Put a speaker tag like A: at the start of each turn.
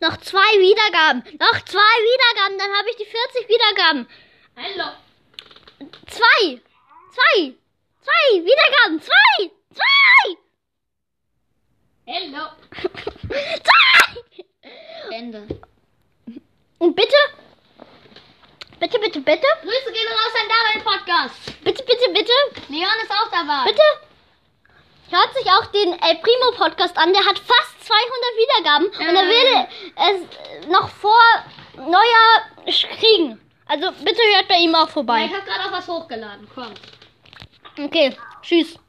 A: Noch zwei Wiedergaben. Noch zwei Wiedergaben. Dann habe ich die 40 Wiedergaben.
B: Hallo.
A: Zwei. Zwei. Zwei Wiedergaben. Zwei. Zwei.
B: Hallo.
A: Zwei.
B: Ende.
A: Und bitte. Bitte, bitte, bitte.
B: Grüße gehen raus an Darwin Podcast.
A: Bitte, bitte, bitte.
B: Leon ist auch dabei.
A: Bitte hört sich auch den El Primo Podcast an. Der hat fast 200 Wiedergaben und er will es noch vor neuer Sch- kriegen. Also bitte hört bei ihm auch
B: Ja,
A: vorbei.
B: Ich habe gerade auch was hochgeladen. Kommt.
A: Okay, tschüss.